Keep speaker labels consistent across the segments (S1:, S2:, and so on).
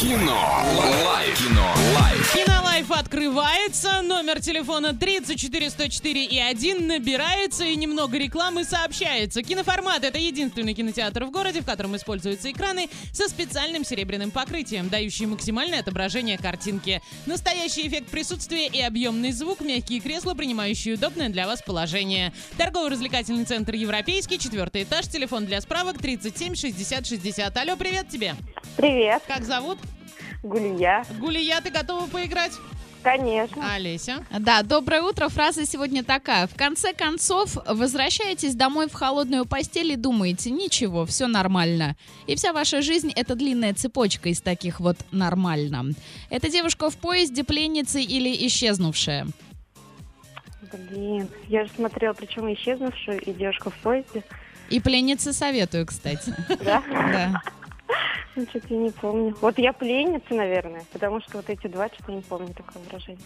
S1: Кино. Лайф. Кино. Лайф.
S2: Кинолайф открывается, номер телефона 34 104 и 1 набирается и немного рекламы сообщается. Киноформат — это единственный кинотеатр в городе, в котором используются экраны со специальным серебряным покрытием, дающие максимальное отображение картинки. Настоящий эффект присутствия и объемный звук, мягкие кресла, принимающие удобное для вас положение. Торгово-развлекательный центр «Европейский», четвертый этаж, телефон для справок 37 60 60. Алло, привет тебе!
S3: Привет,
S2: Как зовут?
S3: Гулья.
S2: Гулия, ты готова поиграть?
S3: Конечно.
S4: А.
S2: Олеся.
S4: Да, доброе утро. Фраза сегодня такая. В конце концов, возвращаетесь домой в холодную постель и думаете, ничего, все нормально. И вся ваша жизнь — это длинная цепочка из таких вот «нормально». Это девушка в поезде, пленница или исчезнувшая?
S3: Блин, я же смотрела, причем исчезнувшую и девушку в поезде.
S4: И пленнице советую, кстати.
S3: Да?
S4: Да.
S3: Ну, что-то я не помню. Вот я пленница, наверное, потому что вот эти два что-то не помню такое выражение.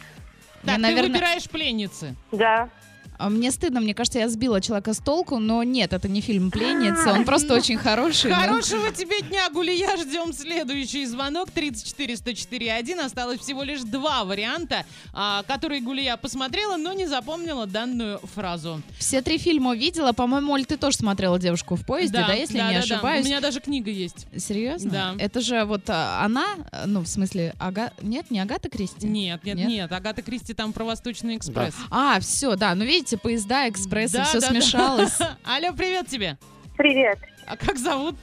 S2: Так, ты
S4: наверно-
S2: выбираешь пленницы.
S3: Да.
S4: А Мне стыдно, мне кажется, я сбила человека с толку, но нет, это не фильм «Пленница», он просто очень хороший. но-
S2: Хорошего тебе дня, Гулия. Ждем следующий звонок. 34 104 1. Осталось всего лишь два варианта, а, которые Гулия посмотрела, но не запомнила данную фразу.
S4: Все три фильма видела, по-моему, Оль, ты тоже смотрела «Девушку в поезде», да, если не
S2: да, да.
S4: ошибаюсь?
S2: У меня даже книга есть.
S4: Серьезно?
S2: Да.
S4: Это же вот а, она, э, ну, в смысле, Ага... Нет, не Агата Кристи?
S2: Нет, нет,
S4: Нет?
S2: нет, Агата Кристи там про Восточный экспресс.
S4: А, все, да, ну видите, поезда, экспрессы,
S2: Да,
S4: все
S2: да, да.
S4: смешалось.
S2: Алло, привет тебе.
S3: Привет,
S2: А как зовут?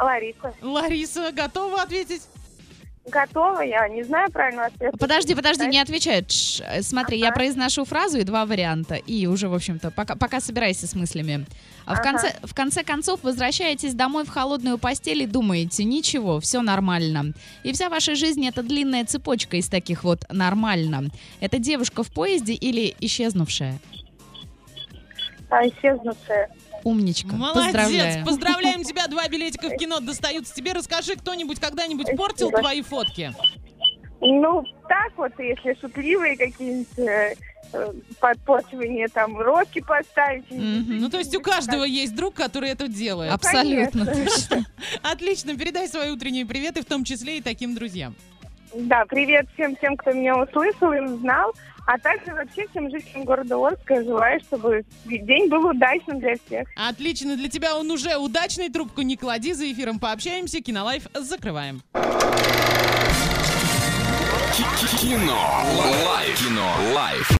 S3: Лариса.
S2: Лариса, готова ответить?
S3: Готова? Я не знаю правильного ответа.
S4: А Подожди, подожди, не отвечай. Тш, э, смотри, я
S3: Ага.
S4: произношу фразу и два варианта. И уже, в общем-то, пока, пока собирайся с мыслями. А В,
S3: Ага.
S4: конце, в конце концов, возвращаетесь домой в холодную постель и думаете, ничего, все нормально. И вся ваша жизнь — это длинная цепочка из таких вот «нормально». Это девушка в поезде или исчезнувшая?
S3: А исчезнувшая.
S4: Умничка.
S2: Молодец!
S4: Поздравляю.
S2: Поздравляем тебя! Два билетика в кино достаются тебе. Расскажи, кто-нибудь когда-нибудь портил
S3: Спасибо.
S2: твои фотки?
S3: Ну, так вот, если шутливые какие-нибудь э, э, подпочивания, там, уроки поставить.
S4: Мгм.
S2: Ну, то есть у каждого есть друг, который это
S4: А
S2: делает.
S4: Абсолютно. точно.
S2: Отлично, передай свои утренние приветы, в том числе и таким друзьям.
S3: Да, привет всем тем, кто меня услышал и узнал, а также вообще всем жителям города Орска желаю, чтобы день был удачным для всех.
S2: Отлично, для тебя он уже удачный. Трубку не клади, за эфиром пообщаемся. Кинолайф закрываем.
S1: Кино. Лайф. Кино. Лайф.